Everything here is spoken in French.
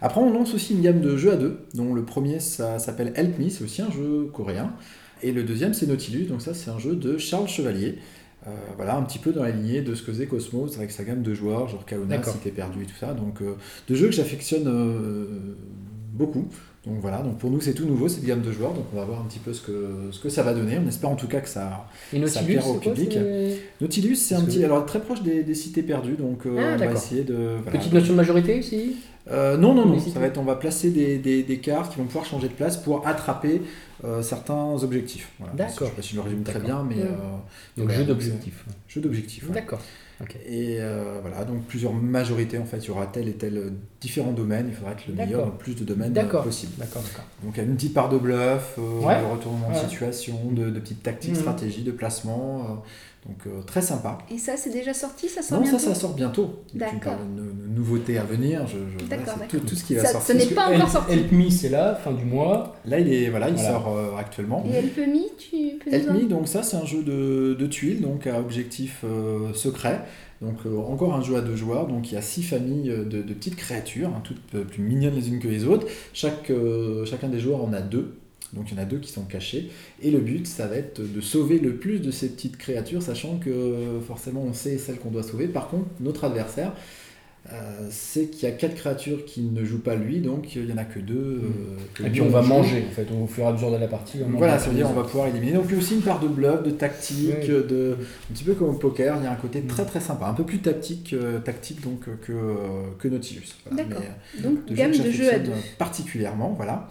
Après, on lance aussi une gamme de jeux à deux, dont le premier ça s'appelle Help Me, c'est aussi un jeu coréen. Et le deuxième, c'est Nautilus, donc ça, c'est un jeu de Charles Chevalier. Euh, voilà, un petit peu dans la lignée de ce que faisait Cosmos avec sa gamme de joueurs, genre Kaona, D'accord. si t'es perdu et tout ça. Donc, euh, deux jeux que j'affectionne euh, beaucoup. Donc voilà, donc pour nous, c'est tout nouveau, cette gamme de joueurs. Donc, on va voir un petit peu ce que, ce que ça va donner. On espère en tout cas que ça, Et Ça Nautilus, plaira au c'est quoi, public. c'est- Nautilus, c'est un Parce petit. que- Alors, très proche des, des cités perdues, donc euh, Ah, on va d'accord. essayer de. voilà. Petite notion de majorité aussi Euh, non, non, non, Des ça cités. va être. On va placer des, des, des cartes qui vont pouvoir changer de place pour attraper euh, certains objectifs. Voilà. D'accord. Je sais pas si je le résume très bien, D'accord. mais. Ouais. euh, Donc voilà, jeu donc d'objectif. c'est- Jeu d'objectifs. ouais. D'accord. Et euh, voilà, donc plusieurs majorités en fait. Il y aura tel et tel différents domaines. Il faudra être le meilleur D'accord. dans le plus de domaines euh, D'accord. possible. D'accord, d'accord. Donc il y a une petite part de bluff, euh, Ouais. de retournement Ouais. de situation, de, de petites tactiques, Mhm. stratégies, de placement. euh, donc euh, très sympa. Et ça, c'est déjà sorti Ça sort Non, ça, bientôt ça sort bientôt. Et puis, D'accord. par une, une nouveauté à venir, je, je- voilà, D'accord, c'est d'accord. tout, tout ce qui va Ça- sortir. ce n'est Parce pas Help- encore sorti. Help Me, c'est là, fin du mois. que Là, il, est, voilà, il Voilà. sort euh, actuellement. Et elle peut m'y tu peux Help nous en- Me, donc ça, c'est un jeu de, de tuiles, donc à objectif euh, secret. Donc euh, encore un jeu à deux joueurs. Donc il y a six familles euh, de, de petites créatures, hein, toutes euh, plus mignonnes les unes que les autres. Chaque, euh, chacun des joueurs en a deux. Donc il y en a deux qui sont cachés. Et le but, ça va être de sauver le plus de ces petites créatures, sachant que euh, forcément on sait celles qu'on doit sauver. Par contre, notre adversaire euh, sait qu'il y a quatre créatures qui ne jouent pas lui, donc euh, il n'y en a que deux. euh, que Mm. Et lui, puis on va joue. manger, en fait, au fur et à mesure de la partie. on mange Voilà, des ça veut dire on choses. va pouvoir éliminer. Donc il y a aussi une part de bluff, de tactique, Ouais. de un petit peu comme au poker, il y a un côté très très sympa, un peu plus tactique, euh, tactique donc euh, que, euh, que Nautilus. Voilà, D'accord. mais, euh, Donc, de jeux gamme que de jeux à j'affectionne, deux. euh, Particulièrement, voilà.